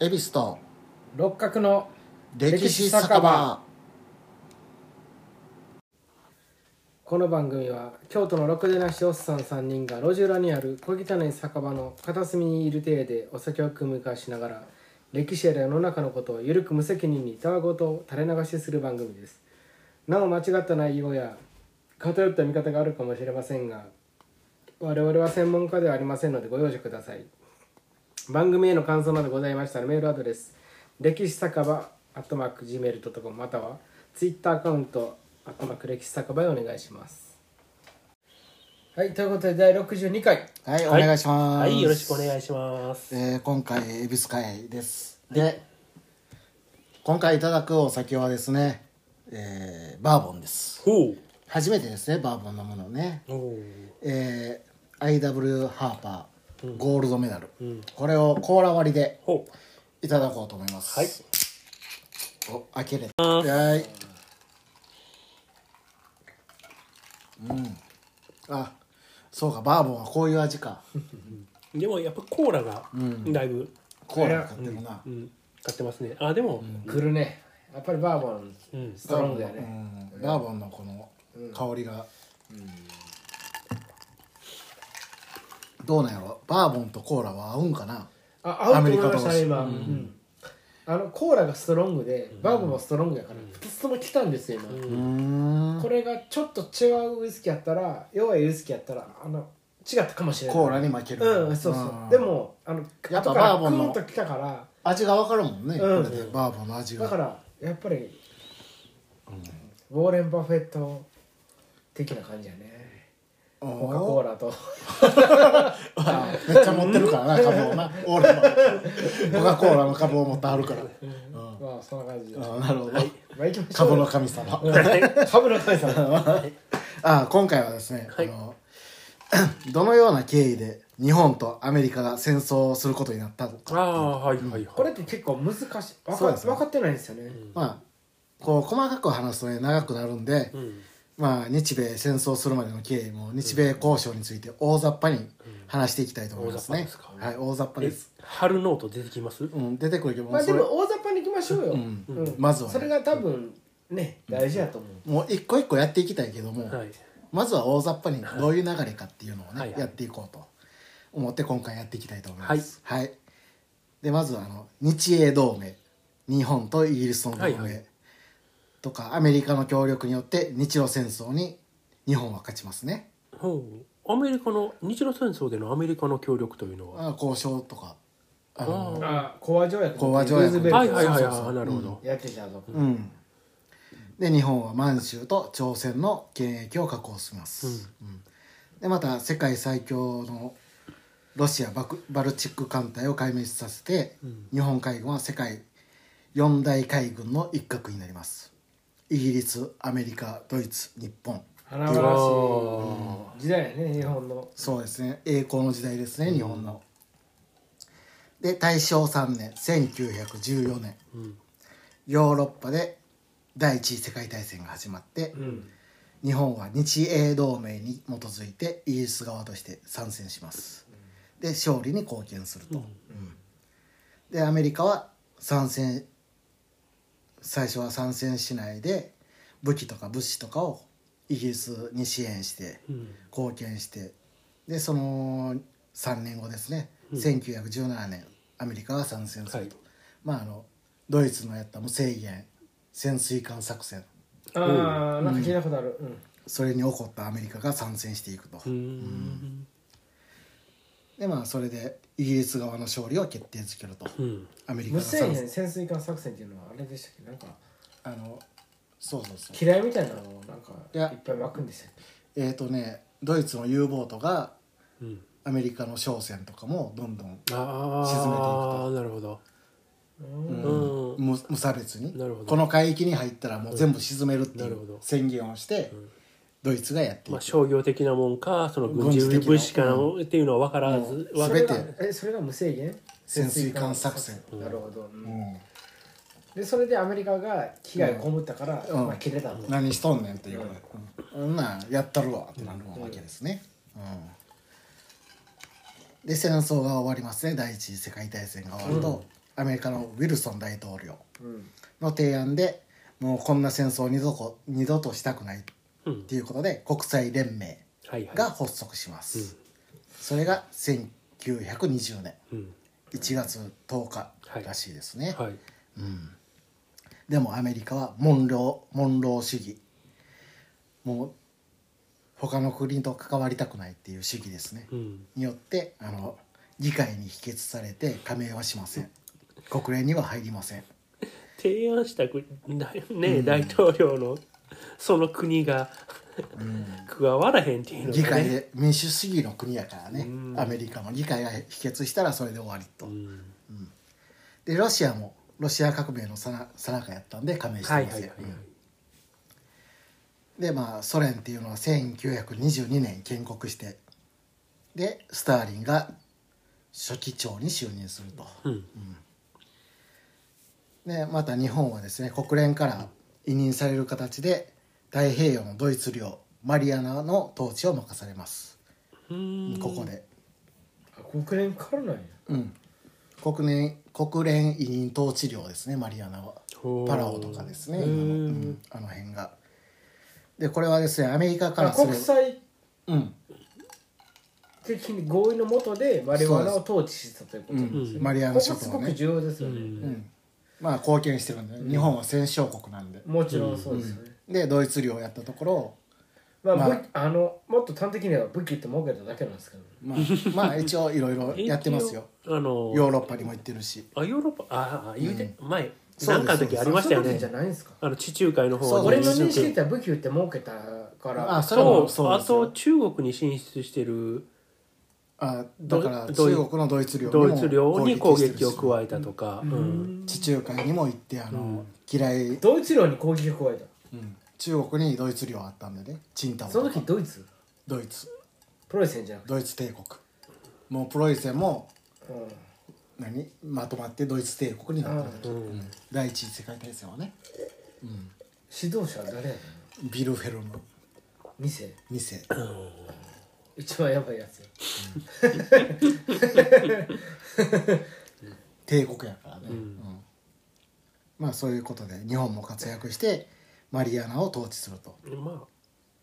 恵比寿と六角の歴史酒場この番組は京都のろくでなしおっさん3人が路地裏にある小汚い酒場の片隅にいる体でお酒を組み交わしながら歴史や世の中のことをゆるく無責任にたわごとを垂れ流しする番組ですなお間違った内容や偏った見方があるかもしれませんが我々は専門家ではありませんのでご容赦ください番組への感想などございましたらメールアドレス歴史酒場アットマーク Gmail.com またはツイッターアカウントアットマーク歴史酒場へお願いしますはいということで第62回はいお願いしますはい、よろしくお願いします。えー今回恵比寿会ですで今回いただくお酒はですね、えーバーボンですほう。初めてですねバーボンのものをねおお。えー IW ハーパーゴールドメダル、これをコーラ割りでほいただこうと思いますはいお開けれはいうんあそうかバーボンはこういう味かう。でもやっぱコーラがだいぶ、コーラ買ってるな、うん買ってますね。あ、でも、来るねやっぱりバーボンうんストロングだようねんバーボンのこの香りが、どうなんやろバーボンとコーラは合うんかなあ合うと思いまアメリカした同ね士今、うんあのコーラがストロングでバーボンもストロングやから2つとも来たんですよ今、うーんこれがちょっと違うウイスキーやったら弱いウイスキーやったらあの違ったかもしれないコーラに負けるうんそうそう、でもあのやっぱ後からバーボンのクーンときたから味が分かるもんね、うんこれでバーボンの味がだからやっぱり、ウォーレン・バフェット的な感じやねおーコカ・コーラとあめっちゃ持ってるからな株をな俺もコカ・コーラの株を持ってはるからまあそんな感じでまあなるほどあ行きましょう株の神様 株 の神様あ今回はですね、あの どのような経緯で日本とアメリカが戦争をすることになったのあかあ、はいはいはい。これって結構難しい分そうか,、ですね分かってないんですよね、まあこう細かく話すとね長くなるんで、うん。まあ日米戦争するまでの経緯も日米交渉について大雑把に話していきたいと思いますね、大雑把ですかはい大雑把えです、春ノート出てきますうん、出てくるけどまあそでれも大雑把に行きましょうよ、うんうんまずはねそれが多分ね大事やと思う、もう一個一個やっていきたいけども、はい。まずは大雑把にどういう流れかっていうのをね、はいはいやっていこうと思って今回やっていきたいと思います。はい。でまずはあの日英同盟日本とイギリスの同盟、はいはいとかアメリカの協力によって日露戦争に日本は勝ちますね。ほう。アメリカの日露戦争でのアメリカの協力というのは。あ交渉とかあのああ講和条約講和条約ルーズベルトはいはいはいそうそうそはうい。なるほど。やってたぞ、うん。で日本は満州と朝鮮の権益を確保します、うんでまた世界最強のロシアバクバルチック艦隊を壊滅させて、日本海軍は世界四大海軍の一角になりますイギリスアメリカドイツ日本華々しい時代やね日本のそうですね栄光の時代ですね、日本ので大正3年1914年、んヨーロッパで第一次世界大戦が始まって、うん日本は日英同盟に基づいてイギリス側として参戦しますで勝利に貢献すると、うんでアメリカは参戦最初は参戦しないで武器とか物資とかをイギリスに支援してうん。貢献してでその3年後ですね、1917年アメリカが参戦すると、はまああのドイツのやった無制限潜水艦作戦ああなんか聞いたことある、うんそれに起こったアメリカが参戦していくと、うーん。でまあそれでイギリス側の勝利を決定づけると、うん。アメリカ無が制参限戦潜水艦作戦っていうのはあれでしたっけなんかあのそうそうそう嫌いみたいなのをなんかいやいっぱい巻くんでしたっえっ、とねドイツの U ボートがうん。アメリカの商船とかもどんどん、ああ、なるほど。け、ううんんうん無無差別になるほどこの海域に入ったらもう全部沈めるっていなるほうど宣言をして、ドイツがやっていまあく、商業的なもんか、その軍事物資かっていうのは分からず、うん分そかれ全がてえそれが無制限潜水艦作戦潜水艦作なるほど、うんうんでそれでアメリカが被害を被ったから、うんまあ、切れたと、何しとんねんっていう、うん、んなんやったるわってなるわけですね、うん、で戦争が終わりますね第一次世界大戦が終わると、アメリカのウィルソン大統領うんの提案でもうこんな戦争を二度こ二度としたくないうんっていうことで国際連盟はいはいが発足します、それが1920年うん1月10日らしいですね、はいでもアメリカはモンローモンロー主義もう他の国と関わりたくないっていう主義ですね、うんによってあの議会に否決されて加盟はしません国連には入りません提案したくだね大統領のその国が加わらへんっていうの議が会ねで民主主義の国やからね、うんアメリカも議会が否決したらそれで終わりと、うんでロシアもロシア革命のさなさなかやったんで加盟してはいまはいはせいん、はいでまあソ連っていうのは1922年建国してでスターリンが書記長に就任するとうんでまた日本はですね国連から委任される形で太平洋のドイツ領マリアナの統治を任されますうんここで、あ国連からなんやうん、国連国連委任統治領ですねマリアナは。ほうパラオとかですねへー今の、うんあの辺がでこれはですねアメリカかあらすれ国ば際うん的に合意のもとでマリワナを統治してたということなんですうねんマリアナここ諸す島ごはくね、重要ですようねうんん、まあ貢献してるんで、日本は戦勝国なんで、もちろんそうですよねでドイツ領やったところをまあまあ武器あのもっと端的には武器って儲けただけなんですけど まあ、まあ一応いろいろやってますよあのヨーロッパにも行ってるしあヨーロッパああ言うて、前すなんかの時ありましたよそういうねことじゃないんですかあの地中海の方そう俺の地中認海識って武器売って儲けたからあそれともそうあですよと中国に進出してるあだからドイ中国のドイツ領ドイツ領に攻してるし撃を加えたとか、うん地中海にも行ってあの、嫌い、うん、ドイツ領に攻撃を加え中国にドイツ領あったんでねチンタたオそとのか時ドイツドイツプロイセンじゃなくてドイツ帝国もうプロイセンもうん何まとまってドイツ帝国になった時、うん第一次世界大戦はね指導者は誰やねビルフェルムん2世2世一番やばいやつや帝国やからね、うんまあそういうことで日本も活躍してマリアナを統治するとま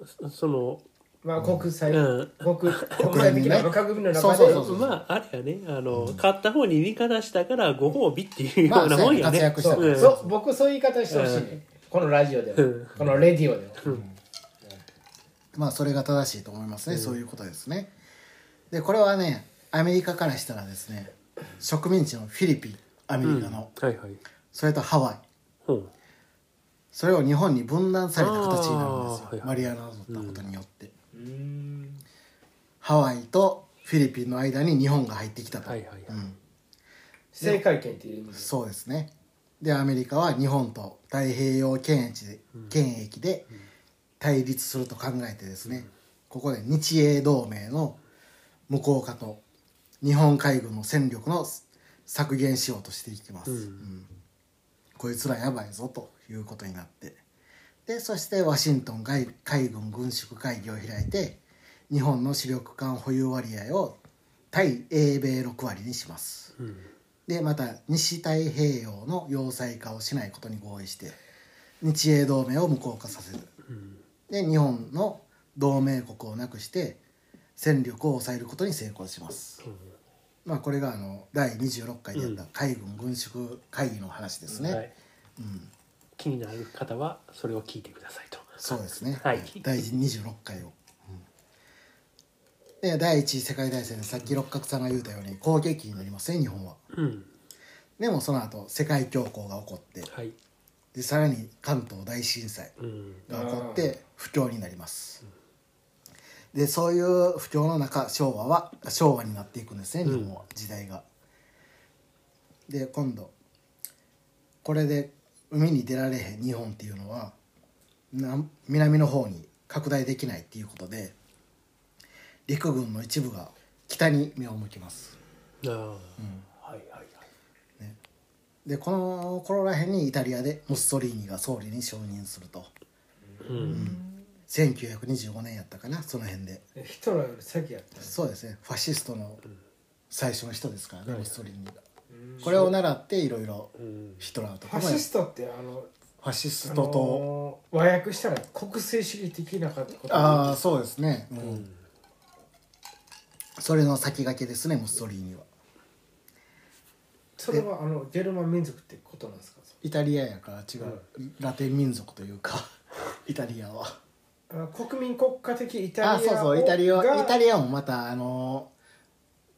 あそそのまあ国際うん国国連際にね的な枠組みのそうそ中うでそうそうまああれやねあの、勝った方に味方したからご褒美っていうようなもんまあやね、そうやね活躍しそたからうそう僕そういう言い方してほしいねこのラジオではうんこのレディオではまあそれが正しいと思いますね、そういうことですねでこれはねアメリカからしたらですね植民地のフィリピンアメリカの、はいはい、それとハワイうんそれを日本に分断された形になるんですよあ、ーはいはいマリアナを取ったことによって、うーんハワイとフィリピンの間に日本が入ってきたと、はいはいはいうん制海権っていう意味でそうですねでアメリカは日本と太平洋圏域で,、圏域で対立すると考えてですね、ここで日英同盟の無効化と日本海軍の戦力の削減しようとしていきます、うんうんこいつらやばいぞということになってでそしてワシントン海海軍軍縮会議を開いて日本の主力艦保有割合を対英米6割にします、うんでまた西太平洋の要塞化をしないことに合意して日英同盟を無効化させるうんで日本の同盟国をなくして戦力を抑えることに成功します、まあ、これがあの第26回でやった海軍軍縮会議の話ですね、はい気になる方はそれを聞いてくださいとそうですね、はい第26回を、で第一次世界大戦でさっき六角さんが言うたように攻撃になりますね日本はうんでもその後世界恐慌が起こってはいでさらに関東大震災うんが起こって不況になりますでそういう不況の中昭和は昭和になっていくんですね日本は、時代がで今度これで海に出られへん日本っていうのは南南の方に拡大できないっていうことで陸軍の一部が北に目を向きますああ、はいはいはいでこの頃らへんにイタリアでムッソリーニが総理に承認するとうん1925年やったかなその辺で。ヒトラーより先やったそうですねファシストの最初の人ですからね、ムッソリーニがうーんこれを習っていろいろうんヒトラーとフかァもやシるストってあのファシスあトとのー和訳したら国粋主義的なことああそうですね、うんうんそれの先駆けですねムッソリーニはそれはあのゲルマン民族ってことなんですかイタリアやから違う、ラテン民族という かイタリアはあの国民国家的イタリアあそうそうイタリアがイタリアもまたあの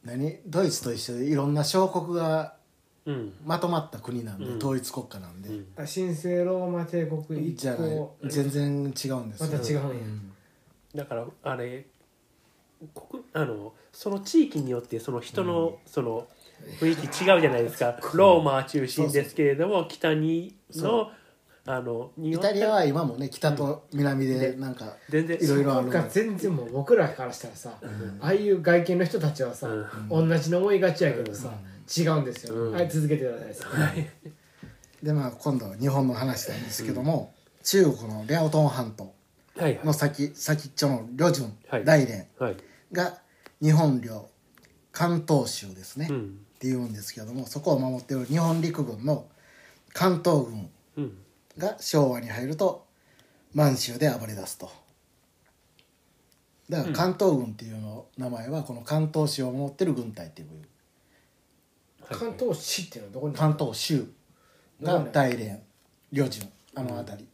何ドイツと一緒でいろんな小国がうんまとまった国なんで、うん統一国家なんで、うん神聖ローマ帝国以じゃない降全然違うんですまた違うんや、うんだからあれ国あのその地域によってその人の、その雰囲気違うじゃないですかローマ中心ですけれども北にそのあのにイよってタリアは今もね北と南でなんか、全然いろいろあるなんか全然もう僕らからしたらさ、ああいう外見の人たちはさ、同じの思いがちやけどさ、違うんですよ、うんはい続けてくださいさ、でまあ今度は日本の話なんですけども、中国のレオトン半島はいはのい先先っちょの旅順、はい大連はいが日本領関東州ですね、っうんていうんですけどもそこを守っている日本陸軍の関東軍うんが昭和に入ると満州で暴れ出すとだから関東軍っていうの名前はこの関東州を守ってる軍隊っていうはい関東市っていうのはどこに関東州が大連旅順あの辺り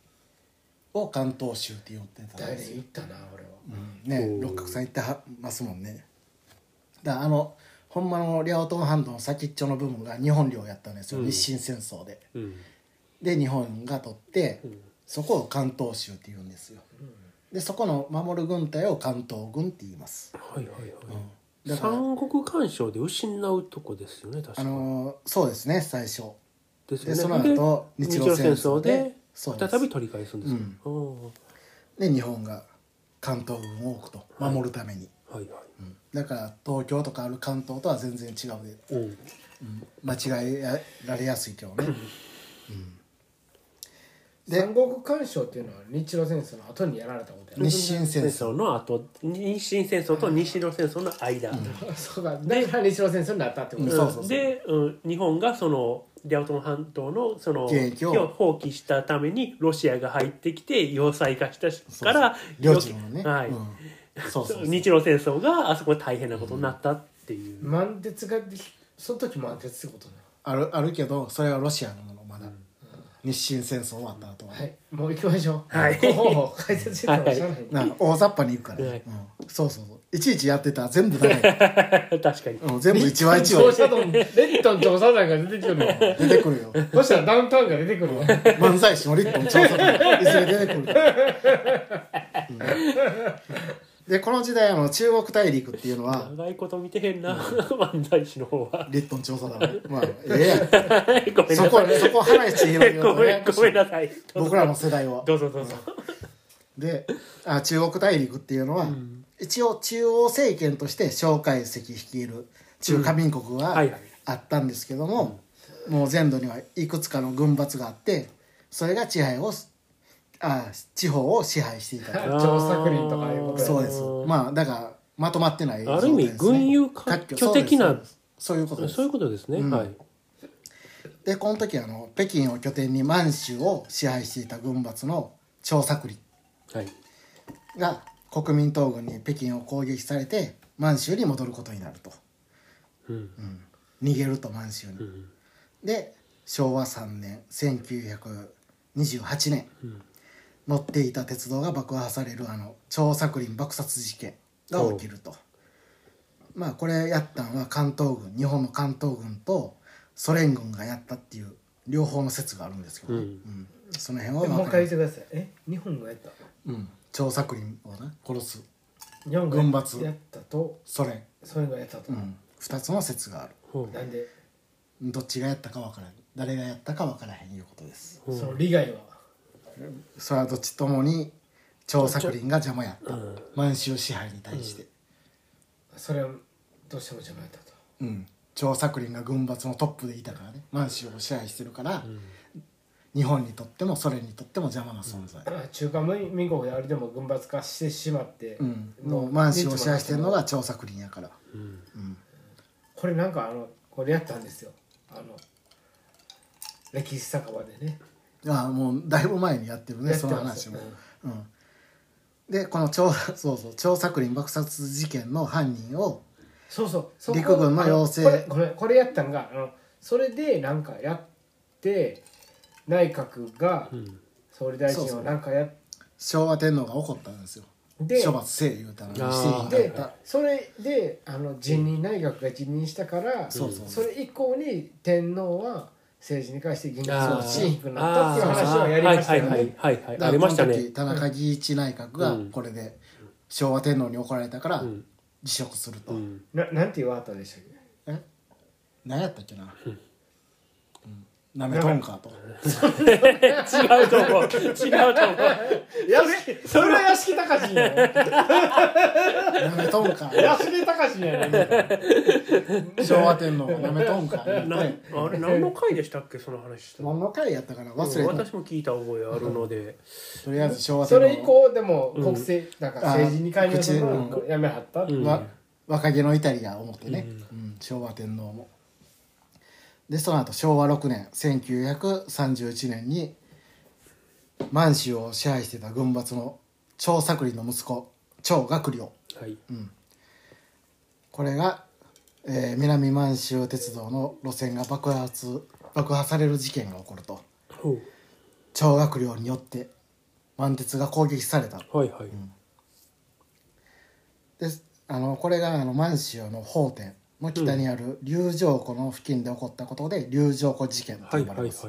を関東州って言ってたん大です連よ行ったな俺は、ねおー六角さん言ってはますもんねだからあのほんまの両東半島の先っちょの部分が日本領やったんですよ、うん日清戦争でうんで日本が取って、うんそこを関東州って言うんですよでそこの守る軍隊を関東軍って言います、はいはいはい、だから三国干渉で失うとこですよね確かあのーそうですね最初ですでよねその後で日露戦争で日露戦争そうですで再び取り返すんですよ、うん、で日本が関東軍を置くと守るために、はいはうんだから東京とかある関東とは全然違うでい、うん間違えられやすいけどね、うん、で三国干渉っていうのは日露戦争の後にやられたことやな、日清戦争の後日清戦争と西露戦争の間、 そうかだから日露戦争になったってことうんだ、そうそうそうで、うん、日本がそのリャオトン半島のその権益を放棄したためにロシアが入ってきて要塞化したそう から領地のね、はいうん、そうそうそう日露戦争があそこ大変なことになったっていう、満鉄ができその時満鉄ってことなあるあるけどそれはロシアのものまだ、日清戦争終わった後は、はい、もう行きましょう。 はい広報を解説しても知らない。なんか大雑把に行くから、ねはいうん、そうそうそういちいちやってたら全部だ ね、確かに、うん、全部一話一調話査団レッドン調査団が出てくるの。出てくる よそしたらダウンタウンが出て くるの。漫才師のリットン調査団いずれ出てく る、うんでこの時代あの中国大陸っていうのは長いこと見てへんな、 漫才師の方はリットン調査団まあええごめんなやんさそいこそこ話して広げよごうとめねんごめんなさい僕らの世代はどうぞどうぞ、であ中国大陸っていうのは、一応中央政権として蒋介石率いる中華民国うんがはいはいあったんですけども、もう全土にはいくつかの軍閥があってそれが地配をあ地方を支配していたとー調査クリーンとかいうことやそうですまあだからまとまってないある意状態味です軍友割拠的なそうですそういうことですそういうことですね、うんはいでこの時あの北京を拠点に満州を支配していた軍閥の張作霖はいが国民党軍に北京を攻撃されて満州に戻ることになると、うんうん逃げると満州に、うんで昭和3年1928年、うん乗っていた鉄道が爆破されるあの張作霖爆殺事件が起きるとまあこれやったのは関東軍日本の関東軍とソ連軍がやったっていう両方の説があるんですけどね、うんうんその辺はえもう分一か回言っるてください。え、日本がやった。うん張作霖をな殺す日本が軍閥やったと、ソ連、ソ連がやったとう。ん、2つの説があるほうなんで、どっちがやったか分からん誰がやったか分からへんいうことですその利害は。それはどっちともに張作霖が邪魔やったうん満州支配に対してそれはどうしても邪魔やったと。うん張作霖が軍閥のトップでいたからね満州を支配してるから、日本にとってもソ連にとっても邪魔な存在、あ中華民国であれでも軍閥化してしまって、うんもう満州を支配してるのが張作霖やから、うんうんこれなんかあのこれやったんですよあの歴史酒場でねああもうだいぶ前にやってるねやってそますの話も、うん、でこの調 そうそう調査林爆殺事件の犯人をそうそうそこ陸軍の要請あのこれこれこれやったんがあのそれでなんかやって内閣がうん総理大臣そうそをうなんかやって、昭和天皇が怒ったんですよで処罰せえ言うたらしていいんだでったそれであの辞任内閣が辞任したから、そうそうそれ以降に天皇は政治に関して議員あがー親服になったっていう話あはーやりましたよはいはいね。はいはい、はい、だあからこりまのした時ね田中義一内閣がうんこれで昭和天皇に怒られたからうん辞職すると、うんななんて言われたでしたっけえ何やったっけな、うん、なめとんかと違うと思う違うと思うやべそれは屋敷隆史やねなめとん か屋敷隆史やね昭和天皇がなめとんか言なってあれ何の回でしたっけその話したの何の回やったから忘うんれた私も聞いた覚えあるので、とりあえず昭和そ天皇れ以降でも国政、なんかあー政治に介入する口のをやめはったって、うんわ若気の至りや思ってね、うん昭和天皇もでその後昭和6年1931年に満州を支配してた軍閥の張作霖の息子張学良はいこれが、えー南満州鉄道の路線が爆発爆破される事件が起こるとほ張学良によって満鉄が攻撃されたうはいはい、であのこれがあの満州の法典の北にある龍城湖の付近で起こったことで龍城湖事件とは呼いばれはいはいます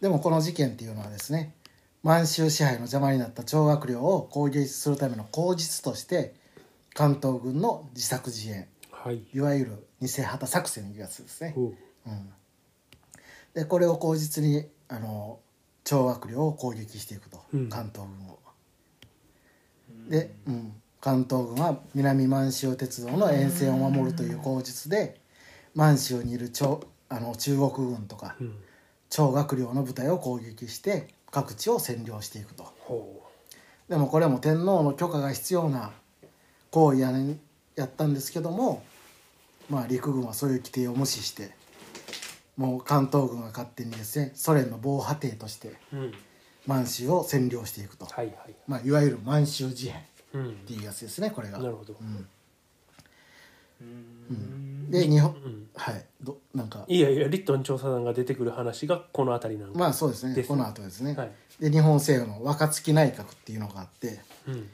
でもこの事件っていうのはですね満州支配の邪魔になった張学良を攻撃するための口実として関東軍の自作自演はいいわゆる偽旗作戦というやつですね、ほうん、でこれを口実にあの張学良を攻撃していくと、うん関東軍を。で、うん、関東軍は南満州鉄道の沿線を守るという口実で満州にいる張あの中国軍とかう、うん、張学良の部隊を攻撃して各地を占領していくと。ほでもこれも天皇の許可が必要な行為や,、ね、やったんですけども、まあ、陸軍はそういう規定を無視してもう関東軍が勝手にですねソ連の防波堤としてう、うん、満州を占領していくと、はいはい、まあ、いわゆる満州事変っうん、ていうやつですねこれが。なるほど、うんで日本、んはいどなんかいやいやリットン調査団が出てくる話がこの辺りなんか、まあそうですねですこの後ですね。はいで日本政府の若槻内閣っていうのがあって。うん、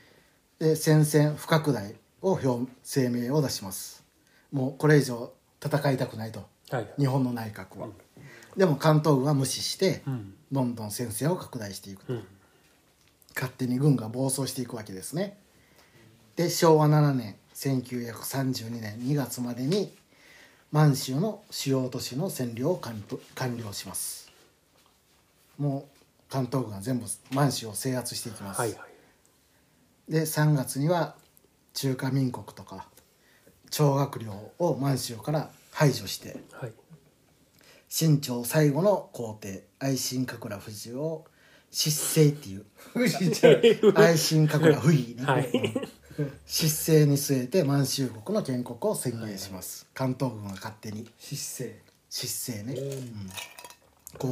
で戦線不拡大を表声明を出しますもうこれ以上戦いたくないとはいはい日本の内閣は、でも関東軍は無視して、うんどんどん戦線を拡大していくと、うん勝手に軍が暴走していくわけですねで昭和7年1932年2月までに満州の主要都市の占領を完と完了しますもう関東軍は全部満州を制圧していきます、はいはいで3月には中華民国とか張学良を満州から排除してはい清朝最後の皇帝愛新覚羅富士を失政っていう不死ちゃう 愛新覚羅不義ね、はい 失政に据えて満州国の建国を宣言します、関東軍が勝手に失勢失政ね、うん、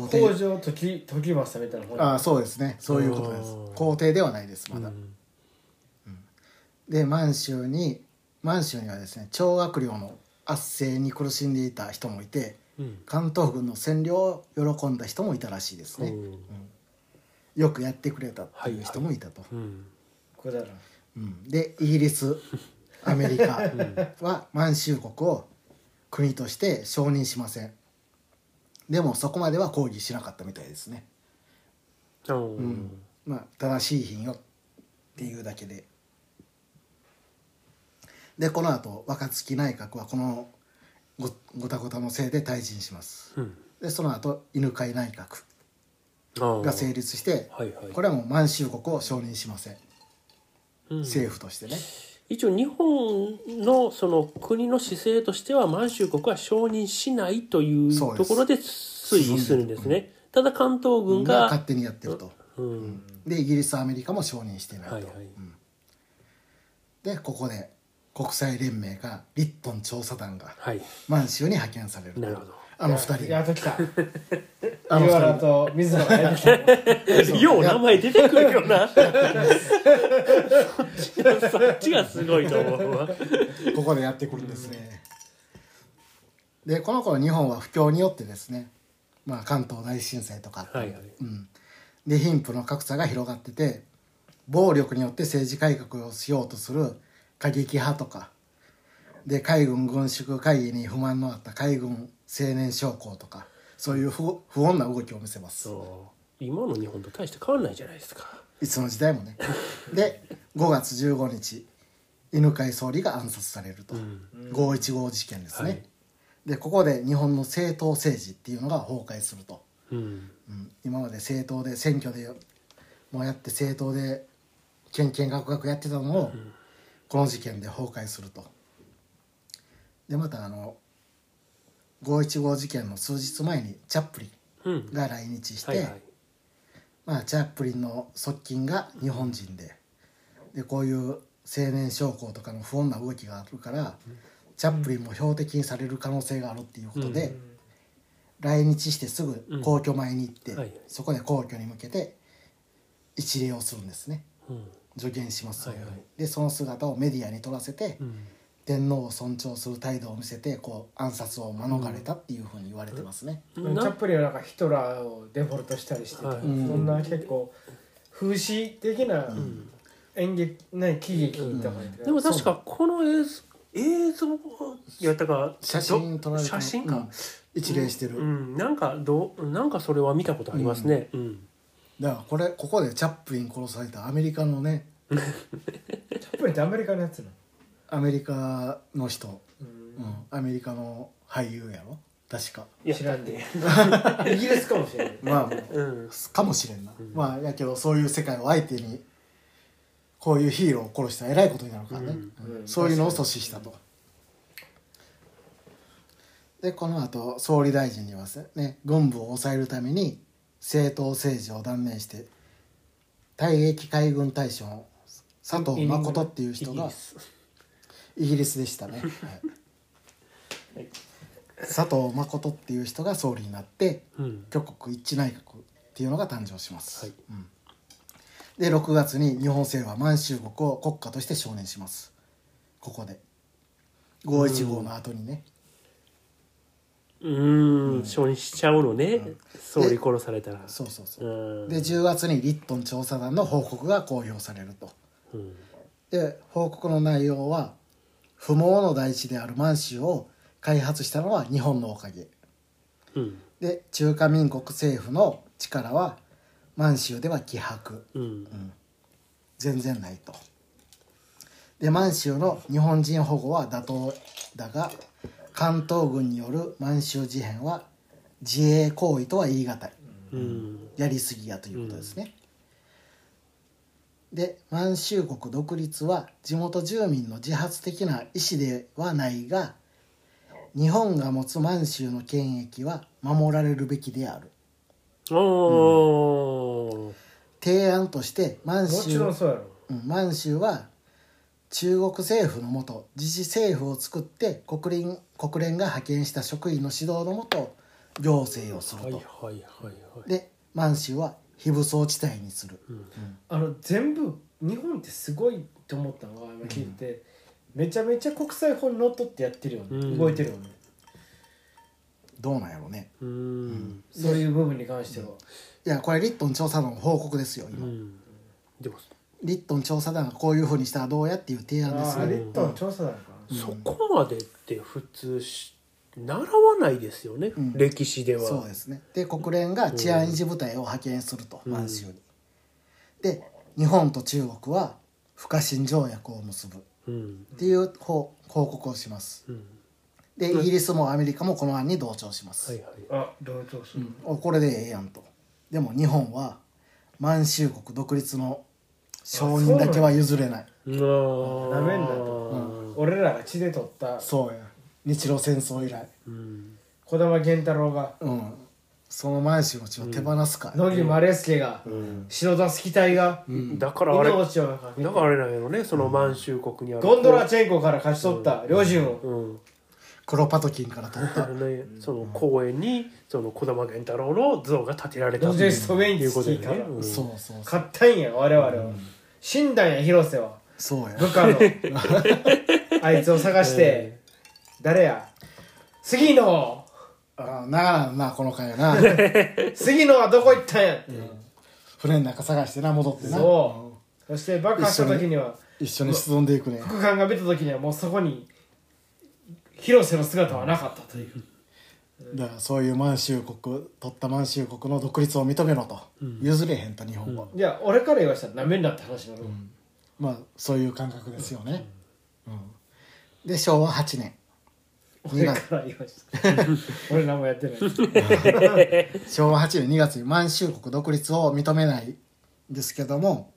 皇北帝条時時政みたいなもんああそうですねそういうことですあー皇帝ではないですまうだ、んで満州に満州にはですね張学良の圧政に苦しんでいた人もいてうん関東軍の占領を喜んだ人もいたらしいですね、うんよくやってくれたっていう人もいたと、うんこれだなうんでイギリスアメリ カは満州国を国として承認しませんでもそこまでは抗議しなかったみたいですね、ううんんまあ正しい品よっていうだけででこの後若槻内閣はこのごごたごたのせいで退陣しますうんでその後犬飼内閣あーが成立して、はいはいこれはもう満州国を承認しません、うん政府としてね一応日本のその国の姿勢としては満州国は承認しないというそうでとすころで推移するんですね。ただ関東軍がが勝、手にやってると、うん、でイギリスアメリカも承認していないと、はいはいうんでここで国際連盟がリットン調査団がはい、満州に派遣されるなるほど。あの二人やっときたあの湯原二人と水野がやってきたよう名前出てくるよなそっちがそっちがすごいと思うわここでやってくるんですね、でこの頃日本は不況によってですね、まあ、関東大震災とか、はいはいうん、で貧富の格差が広がってて暴力によって政治改革をしようとする過激派とかで海軍軍縮会議に不満のあった海軍青年将校とかそういう不不穏な動きを見せますそう今の日本と大して変わんないじゃないですかいつの時代もねで5月15日犬飼総理が暗殺されると、515事件ですね、はいでここで日本の政党政治っていうのが崩壊すると、うんうん、今まで政党で選挙でもうやって政党でけんけんがくがくやってたのをこの事件で崩壊するとでまたあの515事件の数日前にチャップリンうんが来日して、はいはいまあ、チャップリンの側近が日本人ででこういう青年将校とかの不穏な動きがあるからチャップリンも標的にされる可能性があるっていうことで、来日してすぐ皇居前に行って、うんはいはいそこで皇居に向けて一礼をするんですねうん助言しますというように、はいはいでその姿をメディアに撮らせて、うん天皇を尊重する態度を見せてこう暗殺を免れたっていうふうに言われてますね。チャップリンはなんかヒトラーをデフォルトしたりしてて、はいそんな結構風刺的な演劇、ない喜劇とか言ってでも確かこの映像映像やったか写真撮られて写真か、うん一礼してる、うん、なんかどうなんかそれは見たことありますね。うん。だからこれここでチャップリン殺されたアメリカのねチャップリンってアメリカのやつなのアメリカの人、うんうん、アメリカの俳優やろ確かいや知ら んでイギリスかもしれないまあもううん。かもしれんな、まあやけどそういう世界を相手にこういうヒーローを殺したらえらいことになるからね、うんうんそういうのを阻止したと、でこの後総理大臣にはね軍部を抑えるために政党政治を断念して退役海軍大将の佐藤誠っていう人イギがリスイギリスでした ね、はい佐藤誠っていう人が総理になってうん。挙国一致内閣っていうのが誕生します、はいうん、で6月に日本政府は満州国を国家として承認しますここで515の後にね、うーん。承認しちゃうのね。総理殺されたら。そうそうそうう、ん。で10月にリットン調査団の報告が公表されるとうん。で報告の内容は不毛の大地である満州を開発したのは日本のおかげうん。で中華民国政府の力は満州では希薄うん。全然ないと。で満州の日本人保護は妥当だが関東軍による満州事変は自衛行為とは言い難いうん。やりすぎやということですね。で満州国独立は地元住民の自発的な意思ではないが日本が持つ満州の権益は守られるべきであるおー。提案として満も州ちろんそうやろうん満州は中国政府のもと自治政府を作って国連国連が派遣した職員の指導のもと行政をすると、はいはいはいはい。で満州は非武装地帯にする、あの全部日本ってすごいと思ったのが今聞いて、めちゃめちゃ国際法にのっとってやってるよね、うん動いてるよねどうなんやろうねうん。そういう部分に関しては、いやこれリットン調査団の報告ですよう今、ん。でもリットン調査団がこういうふうにしたらどうやっていう提案ですああよリねットン調査なのかな、そこまでって普通し習わないですよねん。歴史では。そうですねで国連が治安維持部隊を派遣すると、満州にで日本と中国は不可侵条約を結ぶっうん。ていう報報告をしますうん。でイギリスもアメリカもこの案に同調しまはす、いはい。あ同調する、おこれでええやんとでも日本は満州国独立の承認だけは譲れないなめめんなと俺らが血で取ったそうや日露戦争以来うん児玉源太郎がうんその満州の地を手放すか、野木丸助が、白田スキ隊が、だからあれだ命をかけてからあれなんやろねその満州国にあるゴンドラチェンコから勝ち取った両陣を、うん黒パトキンから取っあたのねその公園にその児玉源太郎の像が建てられたロっジてェスト・ウェインいズうことキーでからね、うんそうそうそう買ったんや我々は、死んだんや広瀬はそうや部下 のあいつを探して、誰や杉野あなあなあこの回やな杉野はどこ行ったんやって、船の中探してな戻ってなそうそして爆破した時には一緒に進んでいくね副官が出た時にはもうそこに広瀬の姿はなかったというだからそういう満州国取った満州国の独立を認めろと、譲れへんと日本は、いや俺から言わしたらなめんなって話になる、まあそういう感覚ですよね、うんで昭和8年俺から言わしたら 俺何もやってない昭和8年2月に満州国独立を認めないんですけども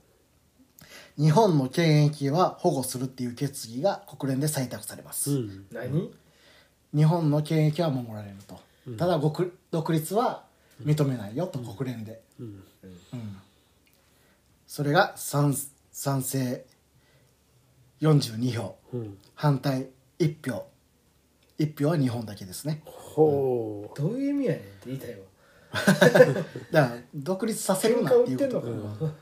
日本の権益は保護するっていう決議が国連で採択されます、うん何日本の権益は守られると、ただ国独立は認めないよと国連で、うんうんそれが賛賛成42票うん反対1票1票は日本だけですねほうどういう意味やねんって言いたいわだから独立させる喧な嘩って売いってうんこのとかな、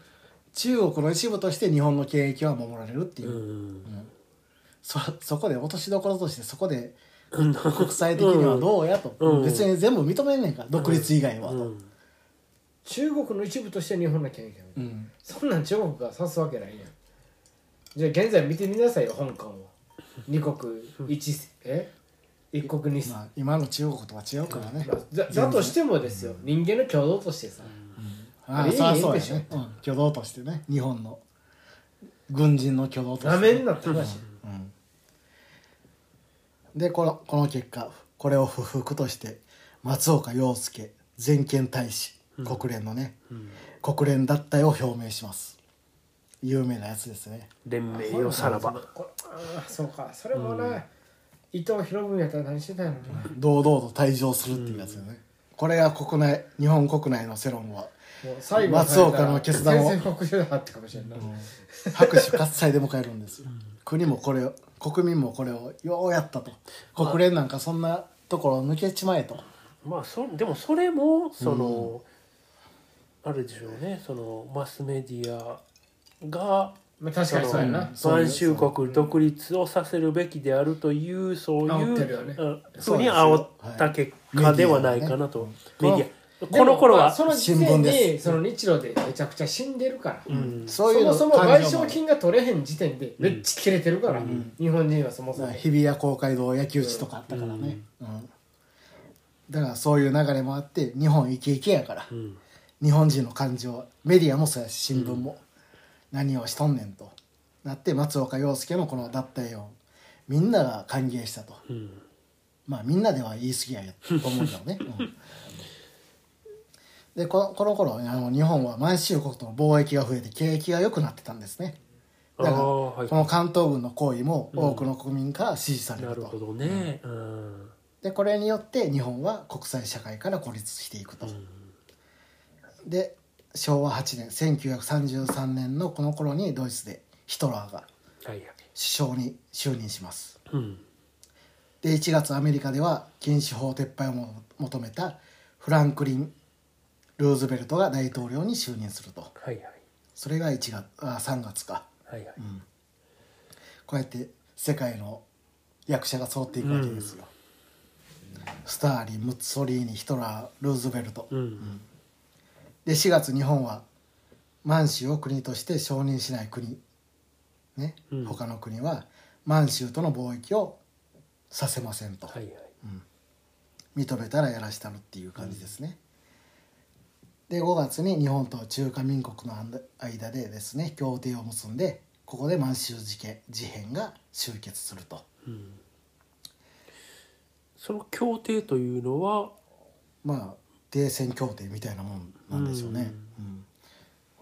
中国の一部として日本の権益は守られるっていう、うんそそこで落としどころとしてそこでうん国際的にはどうやと、うん別に全部認めんねんから、独立以外はうと、ん中国の一部として日本の権益をうんそんなん中国が指すわけないやんじゃあ現在見てみなさいよ香港を二国一え一国二まあ、今の中国とは違うからね、だだとしてもですよ人間の共同としてさ、ああいいそりゃそういいやでしょね、うん、挙動としてね日本の軍人の挙動となしてめね、んなって話、うんでこのこの結果これを不服として松岡洋介全権大使国連のね、国連脱退を表明します有名なやつですね連盟よさらばこああそうかそれもな、伊藤博文やったら何してたんやろな、堂々と退場するっていうやつよね、これが国内日本国内の世論はもう最後松岡の決断を全然国主だってかもしれんない、拍手喝采で迎えるんですよ国もこれを国民もこれをようやったと国連なんかそんなところ抜けちまえとまあそでもそれもその、あるでしょうねそのマスメディアがまあ、確かにそうやな、その満州国独立をさせるべきであるというそうい煽ってるよねうあふうに煽った結は果いではないかなとメディアはメデねィアこの頃でもまあはその時点新聞でにその日露でめちゃくちゃ死んでるから、うんそういうのそもそも賠感情も償金が取れへん時点でめっちゃ切れてるから、日本人はそもそも、日比谷公会堂野球打ちとかあったからね、うんだからそういう流れもあって日本イケイケやから、うん日本人の感情メディアもそうやし新聞も、何をしとんねんとなって松岡洋介のこの脱退をみんなが歓迎したとうんまあみんなでは言い過ぎやと思うけど ね、うんでこのこの頃あの日本は満州国との貿易が増えて景気が良くなってたんですねだからああこはいの関東軍の行為も多くの国民から支持されなるると、ほどねうんでこれによって日本は国際社会から孤立していくと、で昭和8年1933年のこの頃にドイツでヒトラーがはいはい首相に就任しますうんで1月アメリカでは禁止法撤廃をも求めたフランクリン・ルーズベルトが大統領に就任するとはいはいそれが1月あ3月かはいはいこうやって世界の役者が揃っていくわけですよ、スターリンムッソリーニヒトラールーズベルト、うんで4月日本は満州を国として承認しない国、ねうん他の国は満州との貿易をさせませんと、はいはい認めたらやらしたるっていう感じですね、で5月に日本と中華民国の間でですね協定を結んでここで満州事件事変が終結するとうんその協定というのはまあ停戦協定みたいなもんなんでしょうね、うん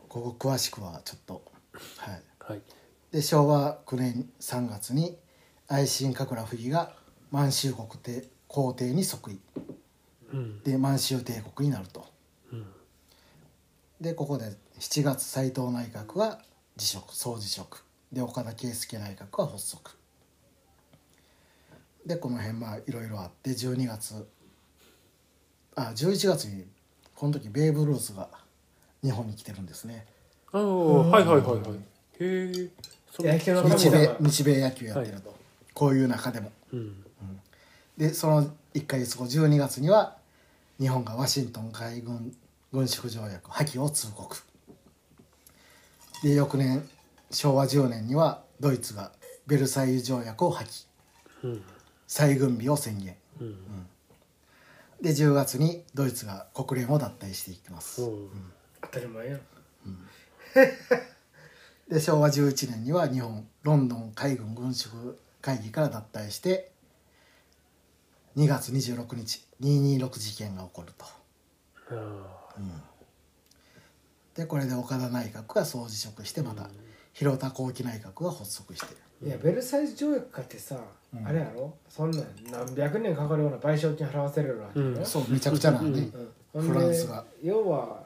ここ詳しくはちょっとはいはいで昭和9年3月に愛新覚羅溥儀が満州国帝皇帝に即位うんで満州帝国になるとうんでここで7月斎藤内閣は辞職総辞職で岡田圭介内閣は発足でこの辺まあいろいろあって12月あ11月にこの時ベーブ・ルースが日本に来てるんですねああ、はいはいはいはい。へえ。そ野球の神日様米が日米野球やってると、こういう中でもうん。でその1か月後12月には日本がワシントン海軍軍縮条約破棄を通告で翌年昭和10年にはドイツがベルサイユ条約を破棄うん。再軍備を宣言うん。で10月にドイツが国連を脱退していきます、うん。当たり前やんで昭和11年には日本ロンドン海軍軍縮会議から脱退して2月26日226事件が起こるとあでこれで岡田内閣が総辞職してまた広田幸喜内閣が発足していやベルサイユ条約かってさ、うんあれやろそんなん何百年かかるような賠償金払わせるようなわけやろうんそうめちゃくちゃなねうんほんでフランスが要は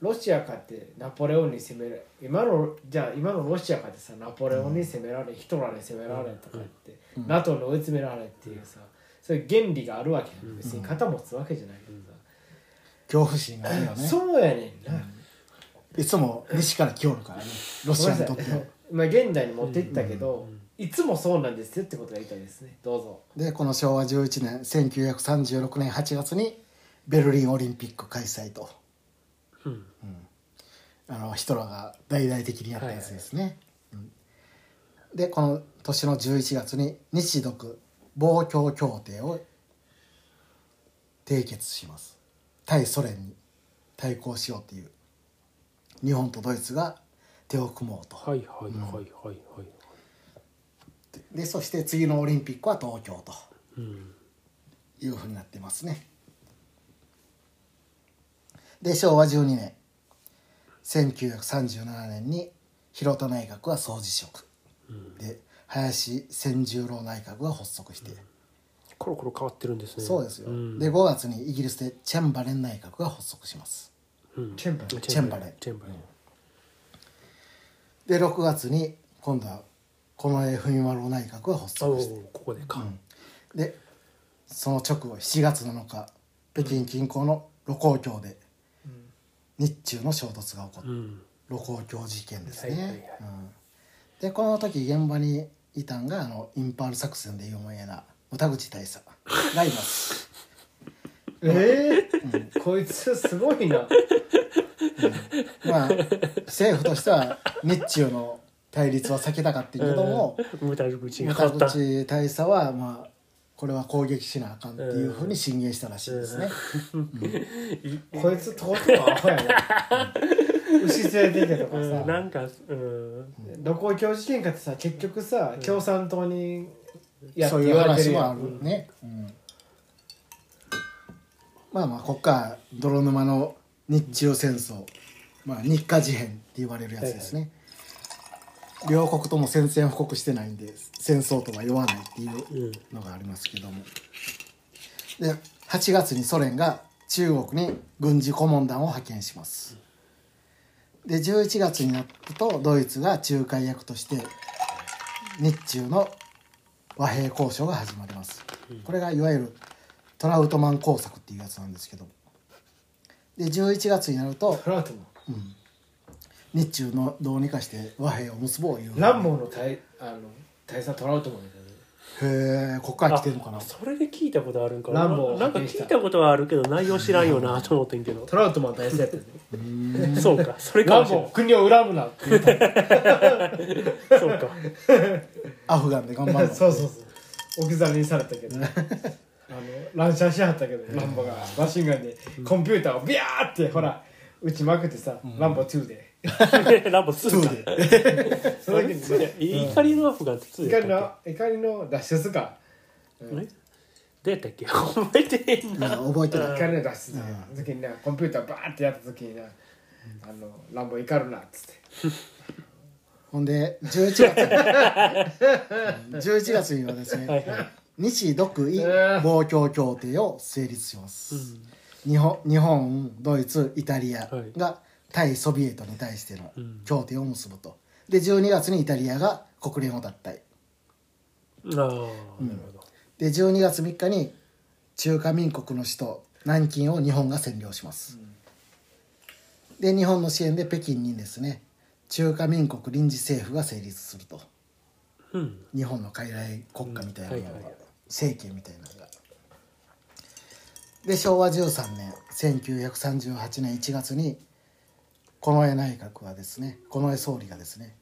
ロシアかってナポレオンに攻められ今のじゃあ今のロシアかってさナポレオンに攻められ、ヒトラーに攻められとか言って、うん NATO に追い詰められっていうさそういう原理があるわけやん別に肩持つわけじゃないけどさ、恐怖心があるよねそうやねんな、いつも西から来よるからねロごシめアにんなとってはさい まあ現代に持ってったけど、うんうんいつもそうなんですよってことが言いたいですねどうぞでこの昭和11年1936年8月にベルリンオリンピック開催とあ。うん。あのヒトラーが大々的にやったやつですね、うんでこの年の11月に日独防共協定を締結します対ソ連に対抗しようという日本とドイツが手を組もうと、はいはいはいはいはい。でそして次のオリンピックは東京とうん。いうふうになってますねで昭和12年1937年に広田内閣は総辞職うん。で林千十郎内閣が発足して、コロコロ変わってるんですね。そうですよ、んで5月にイギリスでチェンバレン内閣が発足しますうんチェンバレンチェンバレンチェンバレン。で6月に今度は近衛文丸内閣が発おお足して、ー、ここでか。でその直後7月7日北京近郊の盧溝橋で日中の衝突が起こったうん。盧溝橋事件ですはいはいはいねうんでこの時現場にいたんがあのインパール作戦で有名な牟田口大佐がいます ええこいつすごいなまあ政府としては日中の対立は避けたかったけども 無駄口が牟変田わった。口大佐はまあこれは攻撃しなあかんっていうふうに進言したらしいですね。こいつとことんアホやな牛連れてけとかうさん、なんか、うん。露光教事件かってさ結局さ共産党にやっそてういう言われて話るもやあんるね。うんまあまあこっから泥沼の日中戦争、まあ、日華事変って言われるやつですね。両国とも宣戦布告してないんで戦争とは言わないっていう。うん。のがありますけどもで8月にソ連が中国に軍事顧問団を派遣しますで11月になるとドイツが仲介役として日中の和平交渉が始まりますこれがいわゆるトラウトマン工作っていうやつなんですけどで11月になるとトラウトも日中のどうにかして和平を結ぼういうランボーの大あの大佐トラウトもみたいへえこっから来てるのかなあそれで聞いたことあるんかなランボーをなんか聞いたことはあるけど内容知らんよなと思ってんけどなトラウトマン大佐やったねそうかそれかラもンしれボなー国を恨むなって言ったいそうかアフガンで頑張るの そうそうそう置き去りにされた けどあの乱射しはったけどランボーがマシンガンでコンピューターをビャーってほら撃ちまくってさランボー2でランボーするかその時にねい怒りのアフガンって2怒やっりたっの怒りの脱出かけえどうやったっけ覚えてへんいやな覚えてない怒りの脱出の時になコンピューターバーってやった時になあのランボー怒るなっつってほんで11月に11月にはですはねいはい日独伊防共協定を成立します、日本日本ドイツイタリアはいが対ソビエトに対してのうん協定を結ぶとで12月にイタリアが国連を脱退ああなるほどで12月3日に中華民国の首都南京を日本が占領します、で日本の支援で北京にですね中華民国臨時政府が成立するとうん日本の傀儡国家みたいなのが、うんはいはい政権みたいなのがで昭和13年1938年1月に近衛内閣はですね近衛総理がですね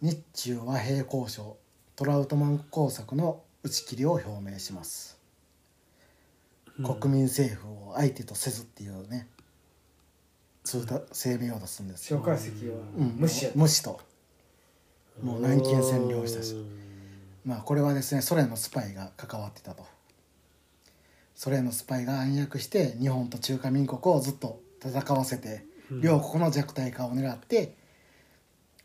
日中和平交渉トラウトマン工作の打ち切りを表明します、うん国民政府を相手とせずっていうね通達声明を出すんですよ、蒋介石はうん、無視やった無視ともう南京占領したしまあこれはですねソ連のスパイが関わってたとソ連のスパイが暗躍して日本と中華民国をずっと戦わせてうん両国の弱体化を狙って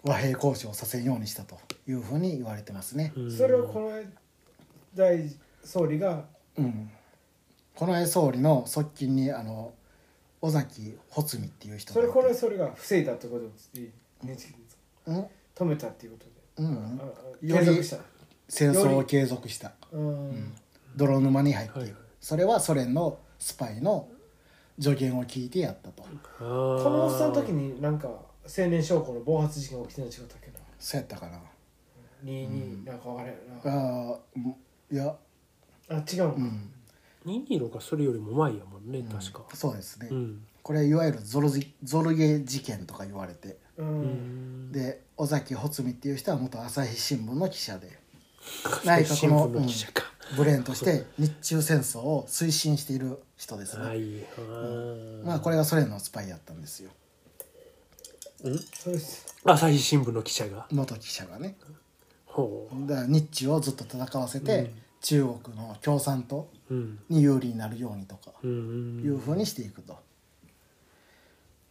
和平交渉をさせんようにしたというふうに言われてますね。うんそれをこの大総理がうん、近衛総理の側近にあの尾崎穂積っていう人それがいこれてそれが防いだってことですいい NHK ですうん止めたっていうことでうんあ、あよ継り続した戦争を継続したうん泥沼に入っている、はいはいそれはソ連のスパイの助言を聞いてやったと。ここのおっさんの時になんか青年将校の暴発事件が起きてるの違ったっけなそうやったかなにになんか分からんよなあーもいやあ違うのかうん、 226がそれよりも前やもんね確かそうですね、うんこれいわゆるゾルジゾルゲ事件とか言われてうんで尾崎穂積っていう人は元朝日新聞の記者で内内閣閣ののの記者か、ブレーンとして日中戦争を推進している人ですね、はいはいまあこれがソ連のスパイやったんですよそうです朝日新聞の記者が元記者がねほだから日中をずっと戦わせて、中国の共産党ううんに有利になるようにとか、うんうんいうふうにしていくと。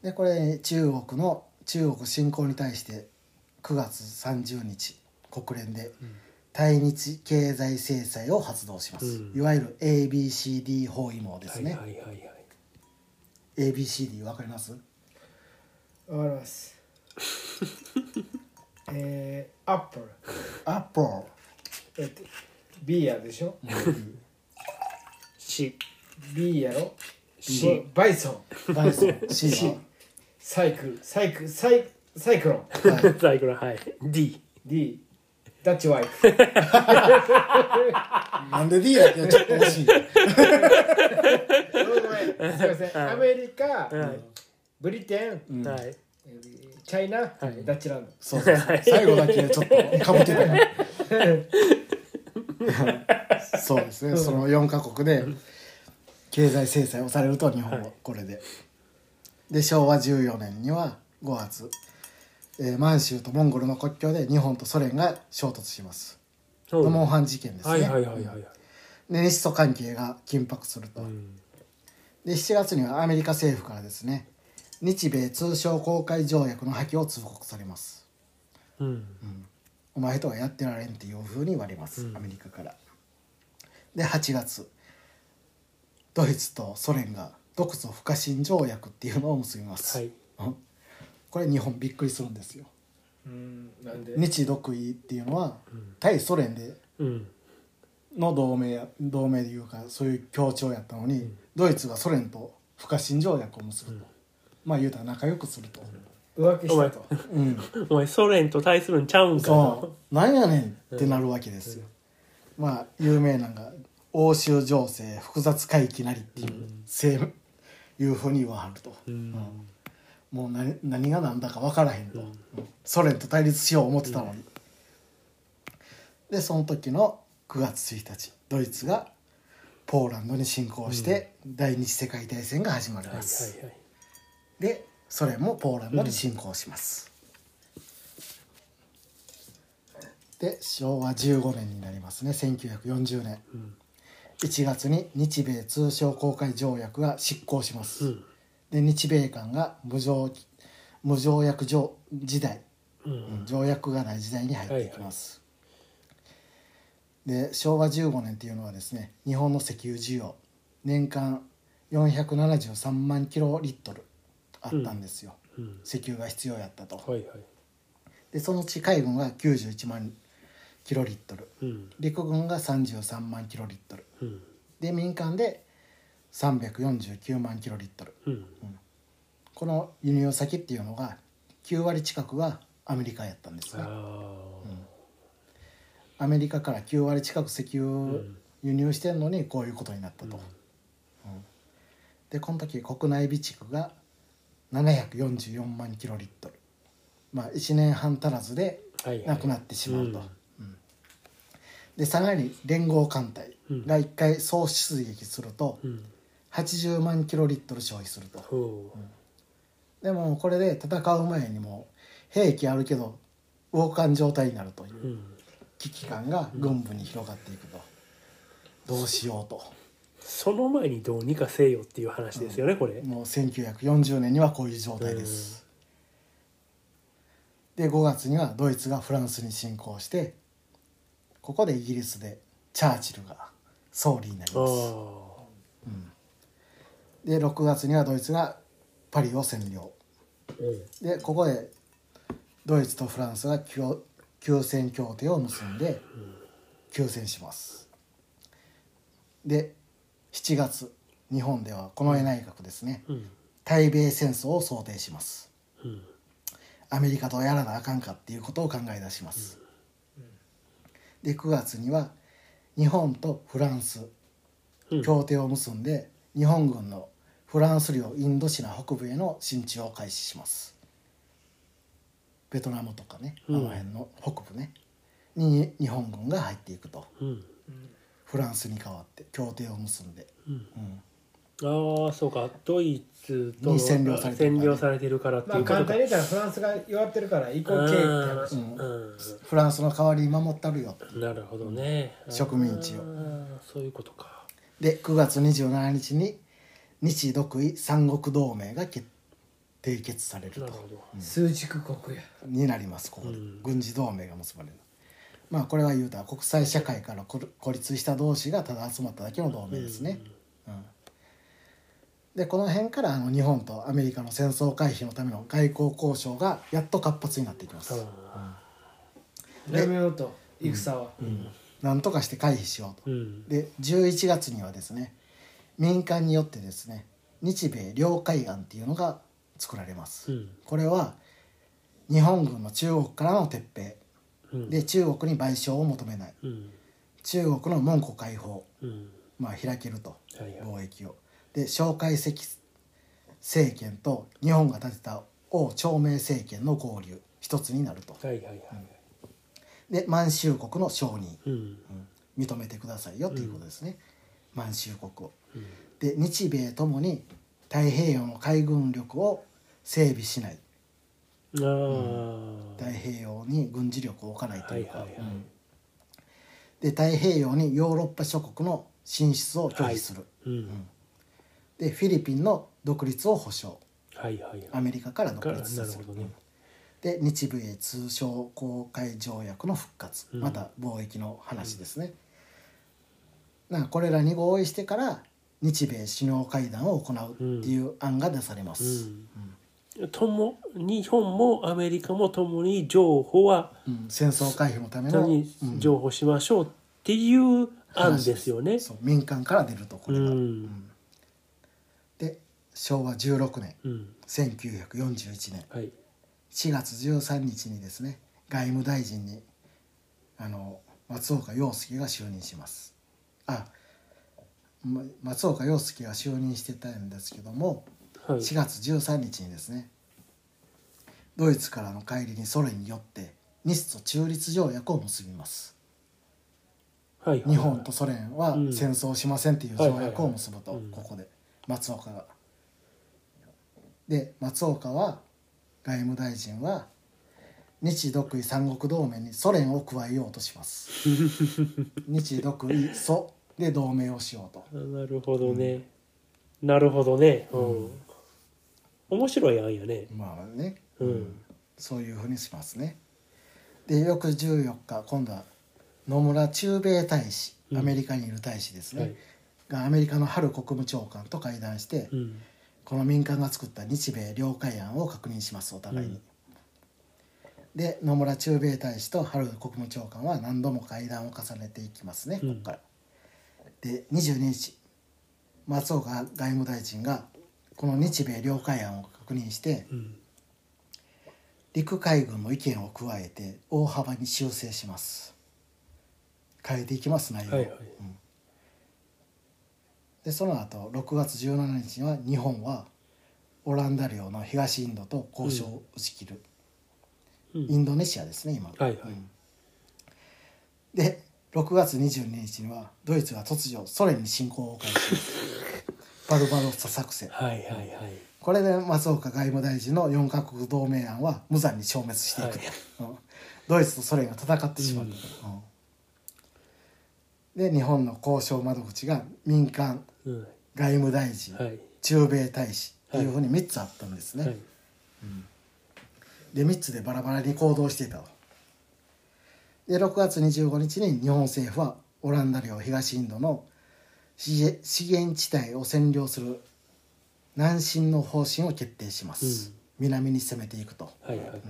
でこれ中国の中国侵攻に対して9月30日国連で対日経済制裁を発動します、うんいわゆる ABCD 包囲網ですね、はいはいはいはい ABCD わかります分かりますえー、アップルアップえってビーやでしょし ビーやろ C バイソンルバイソン C はサイクルサイクルサイサイクロンはい最後のはい D D ダッチワイフなんで D だけちょっと惜しいごめんごめんすいませんアメリカ、はいブリテン、うんはいえーチャイナ、いダッチランドそうそうそう最後だけちょっとかぶってたよ そうですねその4カ国で経済制裁をされると日本はこれで、で昭和14年には5月、えー満州とモンゴルの国境で日本とソ連が衝突しますほうノモンハン事件ですね、はいはいはいはいで日ソ関係が緊迫すると、うんで7月にはアメリカ政府からですね日米通商公開条約の破棄を通告されますうんお前とはやってられんっていうふうに言われます、うんアメリカから。で8月ドイツとソ連が独ソ不可侵条約っていうのを結びます、はいうんこれ日本びっくりするんですよ。うんなんで日独位っていうのは対ソ連でうんの同盟や同盟でいうかそういう協調やったのに、ドイツがソ連と不可侵条約を結ぶと、まあ言うたら仲良くすると。浮気したとうんお前ソ連と対するんちゃうんかそうなんやねんってなるわけですよ、まあ有名なのが欧州情勢複雑回帰なりっていう、せいいうふうに言わはると、うんうんもう何何が何だか分からへんと、ソ連と対立しよう思ってたのに、でその時の9月1日ドイツがポーランドに侵攻して、第二次世界大戦が始まりはいまはす、いはいでソ連もポーランドに侵攻します、で昭和15年になりますね1940年、1月に日米通商公開条約が失効します、うんで日米間が無条無条約条時代、うんうん条約がない時代に入っていきます、で昭和15年っていうのはですね日本の石油需要年間473万キロリットルあったんですよ、うん石油が必要やったと、はいはいでそのうち海軍が91万キロリットルうん陸軍が33万キロリットルうんで民間で349万キロリットルうんこの輸入先っていうのが9割近くがアメリカやったんですねあアメリカから9割近く石油ん輸入してんのにこういうことになったあと、でこの時国内備蓄が744万キロリットルまあ1年半足らずではいはいなくなってしまうと、うんうんでさらに連合艦隊が1回総出撃するとうん80万キロリットル消費するとほでもこれで戦う前にもう兵器あるけど動かん状態になるというううん危機感が軍部に広がっていくと、どうしようとその前にどうにかせよっていう話ですよねこれもう1940年にはこういう状態です、で5月にはドイツがフランスに侵攻してここでイギリスでチャーチルが総理になりああますで6月にはドイツがパリを占領うんでここでドイツとフランスが休休戦協定を結んで休戦しますで7月日本では近衛内閣ですねうん対米戦争を想定しますうんアメリカとやらなあかんかっていうことを考え出しますで9月には日本とフランスうん協定を結んで日本軍のフランス領インドシナ北部への進駐を開始しますベトナムとかねあうんの辺の北部ね、に日本軍が入っていくとうんフランスに代わって協定を結んで、うんああそうかドイツとに占領されてるからね占領されてるからってまいあうこ簡と単かに言ったらフランスが弱ってるから移行う系って話んうんフランスの代わりに守ったるよなるほどね植民地をあーそういうことかで9月27日に日独位三国同盟が決締結されるなとるほど数軸国やになりますここで、うん軍事同盟が結ばれるまあこれは言うたら国際社会から孤孤立した同士がただ集まっただけの同盟ですね、うんでこの辺からあの日本とアメリカの戦争回避のための外交交渉がやっと活発になっていきます、あでやめようと戦は、ーうんなんとかして回避しようとうんで11月にはですね民間によってですね日米両海岸っていうのが作られます、うんこれは日本軍の中国からの撤兵うんで中国に賠償を求めないうん中国の門戸開放、うんまあ、開けるとはいは貿い易をで蒋介石政権と日本が立てた王朝明政権の合流一つになるとはいはいはいで満州国の承認うん認めてくださいよっていうことですね、満州国をうんで日米ともに太平洋の海軍力を整備しないああ太平洋に軍事力を置かないとはいいうか、はいはうんで太平洋にヨーロッパ諸国の進出を拒否する、いうんでフィリピンの独立を保障はいはいアはいメリカからか独なる立させるほどねで日米通商公開条約の復活、うんまた貿易の話ですね、なんかこれらに合意してから日米首脳会談を行うっていう案が出されます、うんとも日本もアメリカもともに譲歩はうん戦争回避のための、何うん譲歩しましょうっていう案ですよねそう民間から出るとこうれが、んで昭和16年うん1941年はい4月13日にですね外務大臣にあの松岡洋介が就任しますあま松岡洋介が就任してたんですけどもはい4月13日にですねドイツからの帰りにソ連によって日ソ中立条約を結びますはいはい日本とソ連はうん戦争しませんっていう条約を結ぶと、はいはいはいうんここで松岡が。で松岡は外務大臣は日独位三国同盟にソ連を加えようとします 日独位ソで同盟をしようとなるほどね、なるほどねうん、面白い案やねまあねうん、そういうふうにしますねで翌14日今度は野村駐米大使うんアメリカにいる大使ですね、はいがアメリカの春国務長官と会談して、うんこの民間が作った日米両海案を確認しますお互いに、で野村駐米大使と原田国務長官は何度も会談を重ねていきますね、うんここから。で22日松岡外務大臣がこの日米領海案を確認してうん陸海軍の意見を加えて大幅に修正します変えていきます内容を、はいはいうんでその後6月17日には日本はオランダ領の東インドと交渉を打ち切る、うんインドネシアですね今、いはいうんで6月22日にはドイツが突如ソ連に侵攻を 開始バルバロッサ作戦はいはいはいこれで松岡外務大臣の4カ国同盟案は無残に消滅していくと、うんドイツとソ連が戦ってしまう、うんうんで日本の交渉窓口が民間うん外務大臣、はい駐米大使っていうふうに3つあったんですね、はいで3つでバラバラに行動していたとで6月25日に日本政府はオランダ領東インドの資源資源地帯を占領する南進の方針を決定します、南に攻めていくとはいはい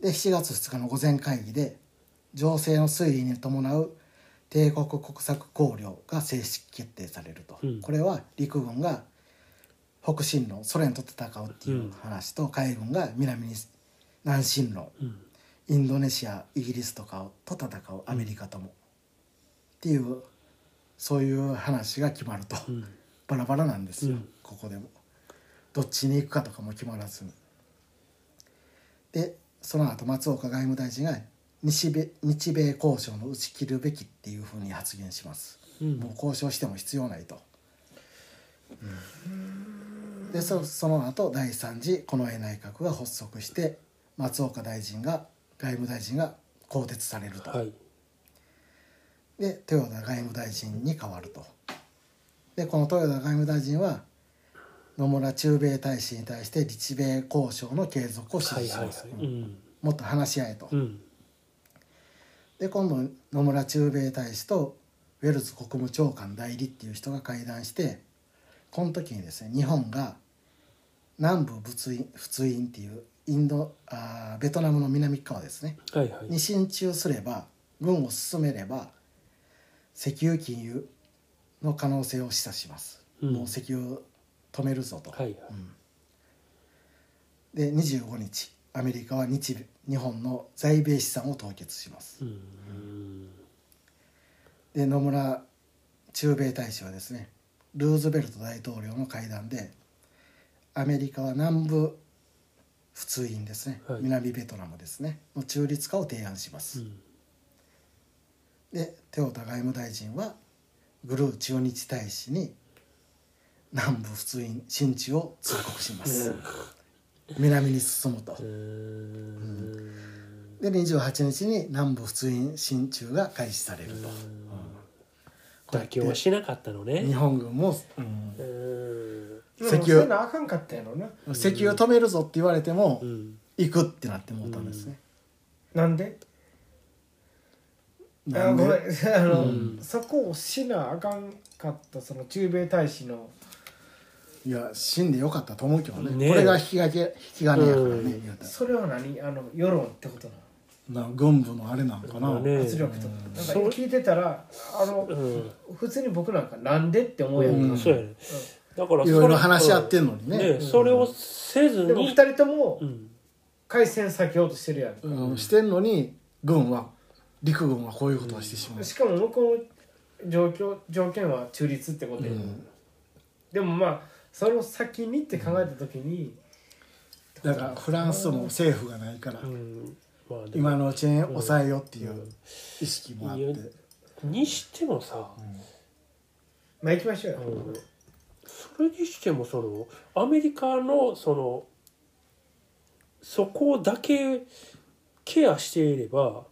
で7月2日の午前会議で情勢の推移に伴う帝国国策綱領が正式決定されると、うんこれは陸軍が北進路ソ連と戦うっていう話と、海軍が南に南進路うんインドネシアイギリスとかと戦うアメリカとも、っていうそういう話が決まると、うんバラバラなんですよ、うんここでもどっちに行くかとかも決まらずにでその後松岡外務大臣が日米日米交渉の打ち切るべきっていうふうに発言します、うんもう交渉しても必要ないと、でそその後第3次近衛内閣が発足して松岡大臣が外務大臣が更迭されると、はいで豊田外務大臣に代わるとでこの豊田外務大臣は野村駐米大使に対して日米交渉の継続を指はい示しはいはます、いうんもっと話し合えと、うんで今度野村駐米大使とウェルズ国務長官代理っていう人が会談してこの時にですね日本が南部仏印仏印っていうインドあーベトナムの南側ですねはいはいに進駐すれば軍を進めれば石油禁輸の可能性を示唆します、うんもう石油止めるぞと、はいはいで25日アメリカは日日本の在米資産を凍結しますうんで野村駐米大使はですねルーズベルト大統領の会談でアメリカは南部普通院ですね、はい南ベトナムですねの中立化を提案します、うんで豊田外務大臣はグルー駐日大使に南部仏印進駐を通告します南に進むとうんで28日に南部仏印進駐が開始されると、こうや妥って協はしなかったのね日本軍も、うんうんでもそういうのあかんかったやろな石油止めるぞって言われても、うん行くってなってもうたんですね、なんでなあんごめでんあの、うんそこをしなあかんかったその駐米大使のいや死んでよかったと思うけどねねえこれが引き金引き金やからね、うん言うたらそれは何あの世論ってことななの軍部のあれなんかな、ね圧力とかうんなんかそう聞いてたらあの、うん普通に僕なんかなんでって思うやんか、うんそうやねだからいろいろ話し合ってんのにねねそれをせずうんにでも二人ともうん海戦避けようとしてるやん、うん、してんのに軍は陸軍はこういうことをしてしまう、しかも向こうの状況条件は中立ってことやん、うんでもまあその先にって考えた時に、だからフランスも政府がないから、うんまあでも今のうちに抑えようっていう意識もあって、うんにしてもさ、まあ行きましょうよ、うんそれにしてもそのアメリカのそのそこだけケアしていれば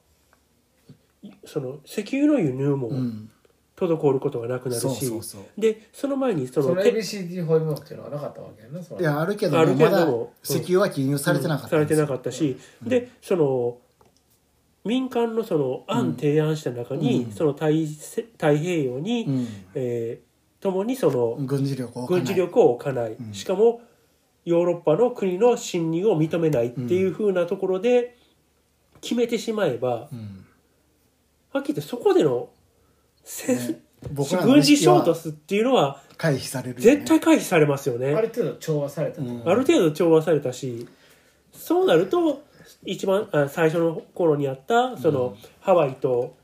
いその石油の輸入うもん滞ることがなくなるし、そうそうそうでその前にそそののて ABCD 包囲網っていうのはなかったわけやなそのいやあるけどあるけどまだうん石油は禁輸されてなかったうんんさでれてすよなかったし、でその民間のその案提案した中に、うんその太せ太平洋に、えー共にそのうん、軍事力を置かない軍事力を置かない、うんしかもヨーロッパの国の侵入を認めないっていう風なところで、決めてしまえばうんはっきり言ってそこでの戦、ね僕らの軍意事識は衝突っていうのは回避されるよね絶対回避されますよね。ある程度調和されたと、うんある程度調和されたしそうなると一番あ最初の頃にあったその、ハワイと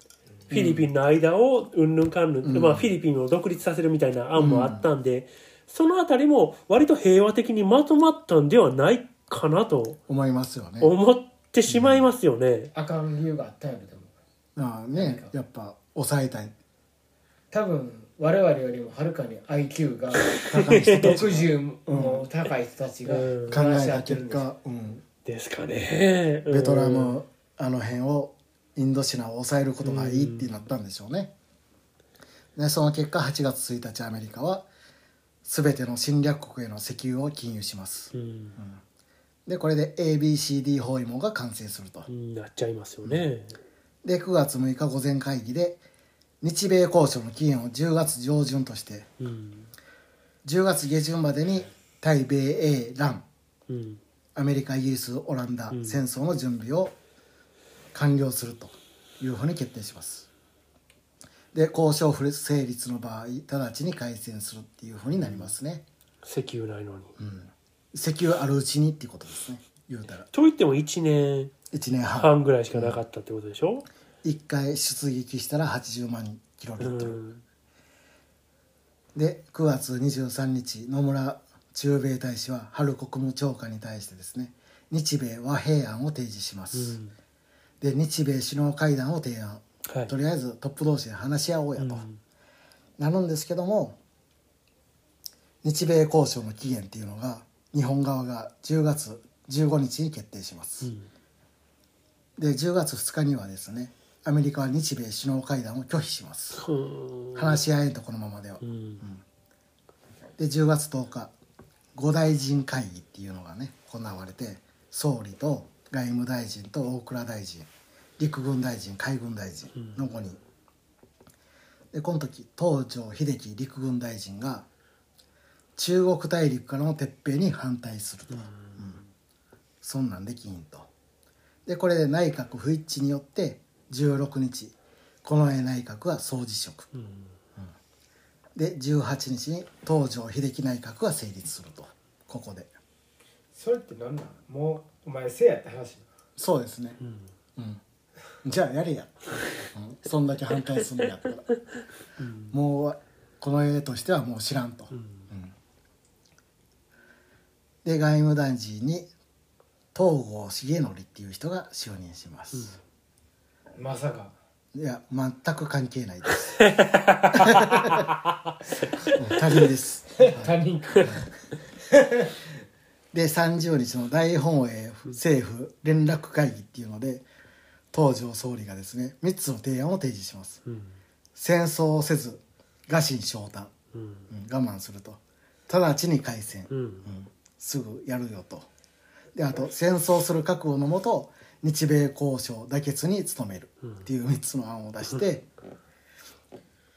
フィリピンの間をうんぬんかんぬん、うんまあ、フィリピンを独立させるみたいな案もあったんで、そのあたりも割と平和的にまとまったんではないかなと思いますよね思ってしまいますよね。あかん理由があったんやろでもああねやっぱ抑えたい多分我々よりもはるかに IQ が高い人たち60も高い人たちがうん考話えし合たってる結んですよ果、うん、ですかね。ベトナうんムあの辺をインドシナを抑えることがいいってなったんでしょうね。でその結果8月1日アメリカは全ての侵略国への石油を禁輸します。うんでこれで ABCD 包囲網が完成すると。なっちゃいますよね。で9月6日午前会議で日米交渉の期限を10月上旬としてうん10月下旬までに対米英蘭うんアメリカイギリスオランダ、うん戦争の準備を完了するというふうに決定しますで交渉不成立の場合直ちに開戦するっていうふうになりますね、石油ないのに。うん石油あるうちにっていうことですね言うたらと言っても1年1年半半ぐらいしかなかったってことでしょ、 1回出撃したら80万キロリうットル、んで9月23日野村駐米大使は春国務長官に対してですね日米和平案を提示しまうす、んで日米首脳会談を提案はいとりあえずトップ同士で話し合おうやと、うんなるんですけども日米交渉の期限っていうのが日本側が10月15日に決定します、うんで10月2日にはですねアメリカは日米首脳会談を拒否します、うん話し合えんとこのままでは、うんで10月10日五大臣会議っていうのがね行われて総理と外務大臣と大蔵大臣陸軍大臣海軍大臣の5人、でこの時東条英機陸軍大臣が中国大陸からの撤兵に反対すると、うんそんなんできひんとでこれで内閣不一致によって16日近衛内閣は総辞職、うんで18日に東条英機内閣が成立するとここでそれってなんなんもうお前せえやって話そうですねうんうんじゃあやれや、うんそんだけ反対するんやったらうんもうこの絵としてはもう知らんと、うんうんで外務大臣に東郷重則っていう人が就任します、まさかいや全く関係ないです うん他人です他人 かで30日の大本営政府連絡会議っていうので東条総理がですね3つの提案を提示しますうん戦争をせず餓心昇胆、うんうん我慢すると直ちに開戦、うんうんすぐやるよとであと戦争する覚悟のもと日米交渉妥結に努めるっていう3つの案を出して、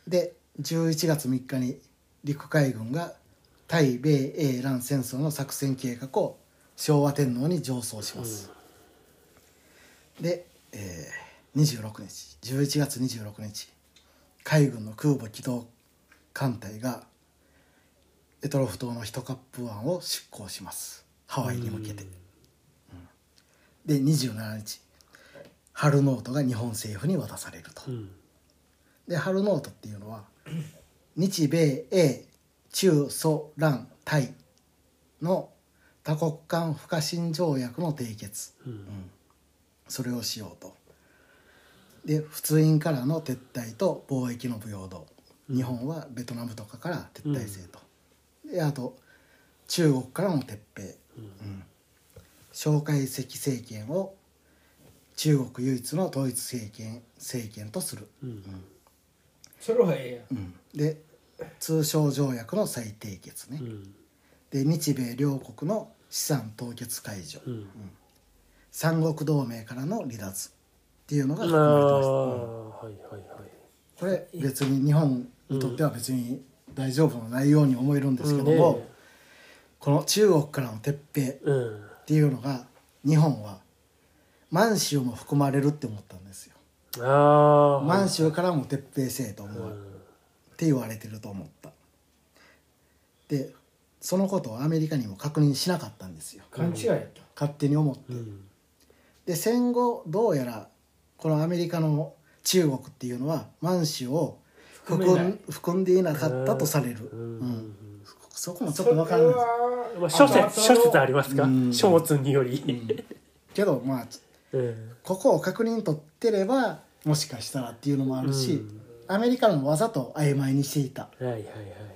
で11月3日に陸海軍が対米英蘭戦争の作戦計画を昭和天皇に上奏します、で、えー26日11月26日海軍の空母機動艦隊がエトロフ島の一カップ湾を出港しますハワイに向けて、うんで27日ハルノートが日本政府に渡されると、うんでハルノートっていうのは日米英中ソ蘭タイの多国間不可侵条約の締結うんそれをしようとで仏印からの撤退と貿易の不平等日本はベトナムとかから撤退せえと、であと中国からの撤兵、うん蒋介石政権を中国唯一の統一政権政権とするうんそれはええで通商条約の再締結ね、うんで日米両国の資産凍結解除、うん三国同盟からの離脱っていうのあがー含まれてましたはいはいはいこれ別に日本にとっては別に大丈夫のないように思えるんですけども、ねこの中国からの撤兵っうんていうのが日本は満州も含まれるって思ったんですよああ満州からも鉄平制度うもっんて言われてると思ったでそのことをアメリカにも確認しなかったんですよ勘違いやった、勝手に思ってうんで戦後どうやらこのアメリカの中国っていうのは満州を含含めないん含んでいなかったとされる、うんうんそこもちょっと分からないですまあ諸あそ説諸の説ありますかうん書物により、けどまあうんここを確認取ってればもしかしたらっていうのもあるし、うんアメリカもわざと曖昧にしていたっはいはいはい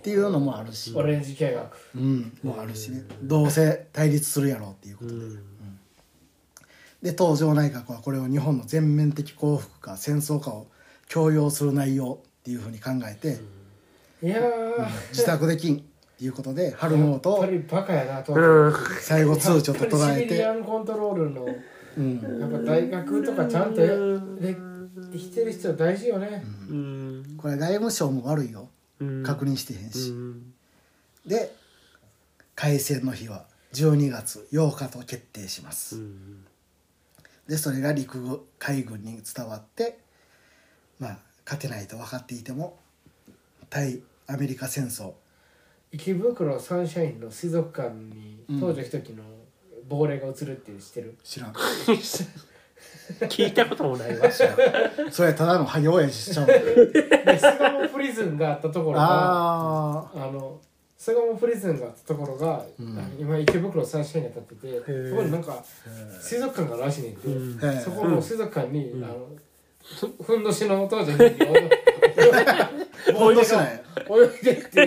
ていうのもあるし、オレンジ計画うん、もあるしねどうせ対立するやろうっていうこうとで、んで東条内閣はこれを日本の全面的降伏か戦争かを強要する内容っていうふうに考えて、いやー、自宅で禁っていうことで春の音やをっぱりバカやなとうん最後通帳と捉シえビ リアて、ンコントロールのやうん、っぱ大学とかちゃんとうんで生きてる人は大事よね、うんこれ外務省も悪いようん確認してへんし、うんで開戦の日は12月8日と決定します、うんでそれが陸軍海軍に伝わってまあ勝てないと分かっていても対アメリカ戦争池袋サンシャインの水族館にうん当時時の亡霊が映るっていう知ってる、知ら ん聞いたこともないわそれただのハゲ親父しちゃうで巣鴨プリズンがあったところがああの巣鴨プリズンがあったところが、うん今池袋サンシャインに当たっててーそこになんか水族館があるらしいねんて、うんーへえそこの水族館に、んあのふふんどしの当時の時にほんとしない泳いでってい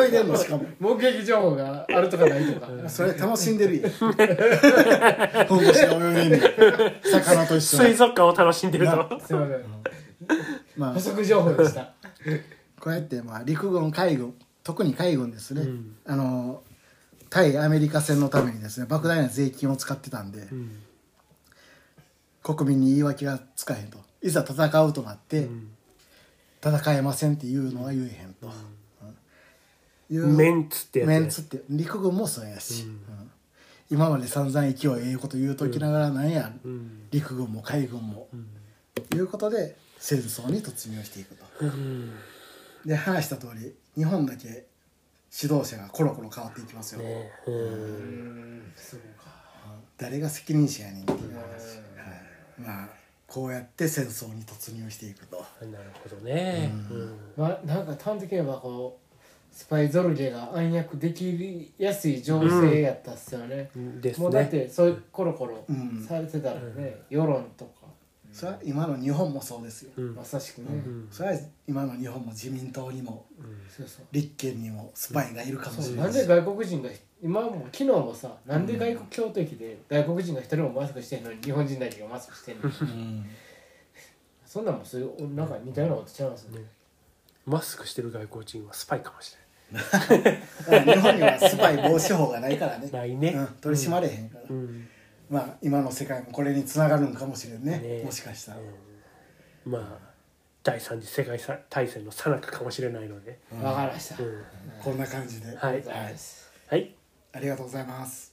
う泳いでんのしかも目撃情報があるとかないとかそれ楽しんで るよほんとして泳いでんねん魚と一緒水に族館を楽しんでるなとすいませんまあ補足情報でしたこうやってまあ陸軍海軍特に海軍ですね、うんあの対アメリカ戦のためにですね莫大な税金を使ってたんで、うん国民に言い訳がつかへんといざ戦うとなって、戦えませんっていうのは言えへんと、うんメいうンツってやつねメンツって陸軍もそうやし、うん今まで散々勢いええこと言うときながらなんや、うん陸軍も海軍も、いうことで戦争に突入していくと。うんで話した通り日本だけ指導者がコロコロ変わっていきますよ、ねうんうんそうか誰が責任者やねんっていう話、はいうんまあこうやって戦争に突入していくとなるほどねうんまあなんか端的に言えばこうスパイゾルゲが暗躍できやすい情勢やったっすよね、ですもうだっねてそういうコロコロうんされてたらね、世論とかそれは今の日本もそうですよ、うんまさしくね、うんそれは今の日本も自民党にもそうそう立憲にもスパイがいるかもしれななんいでし外国人が今も昨日もさなんで外国京都駅で外国人が一人もマスクしてんのに日本人だけがマスクしてんのにうんそんなんもそういうなんか似たようなことちゃいますねねマスクしてる外国人はスパイかもしだから日本にはスパイ防止法がないからねれないないうんね、取り締まれへんから、うんまあ今の世界もこれにつながるんかもしれんねねもしかしたら、まあ第三次世界大戦の最中かもしれないので、うんわかりました、うんこんな感じで、はありいがとうございますはいありがとうございます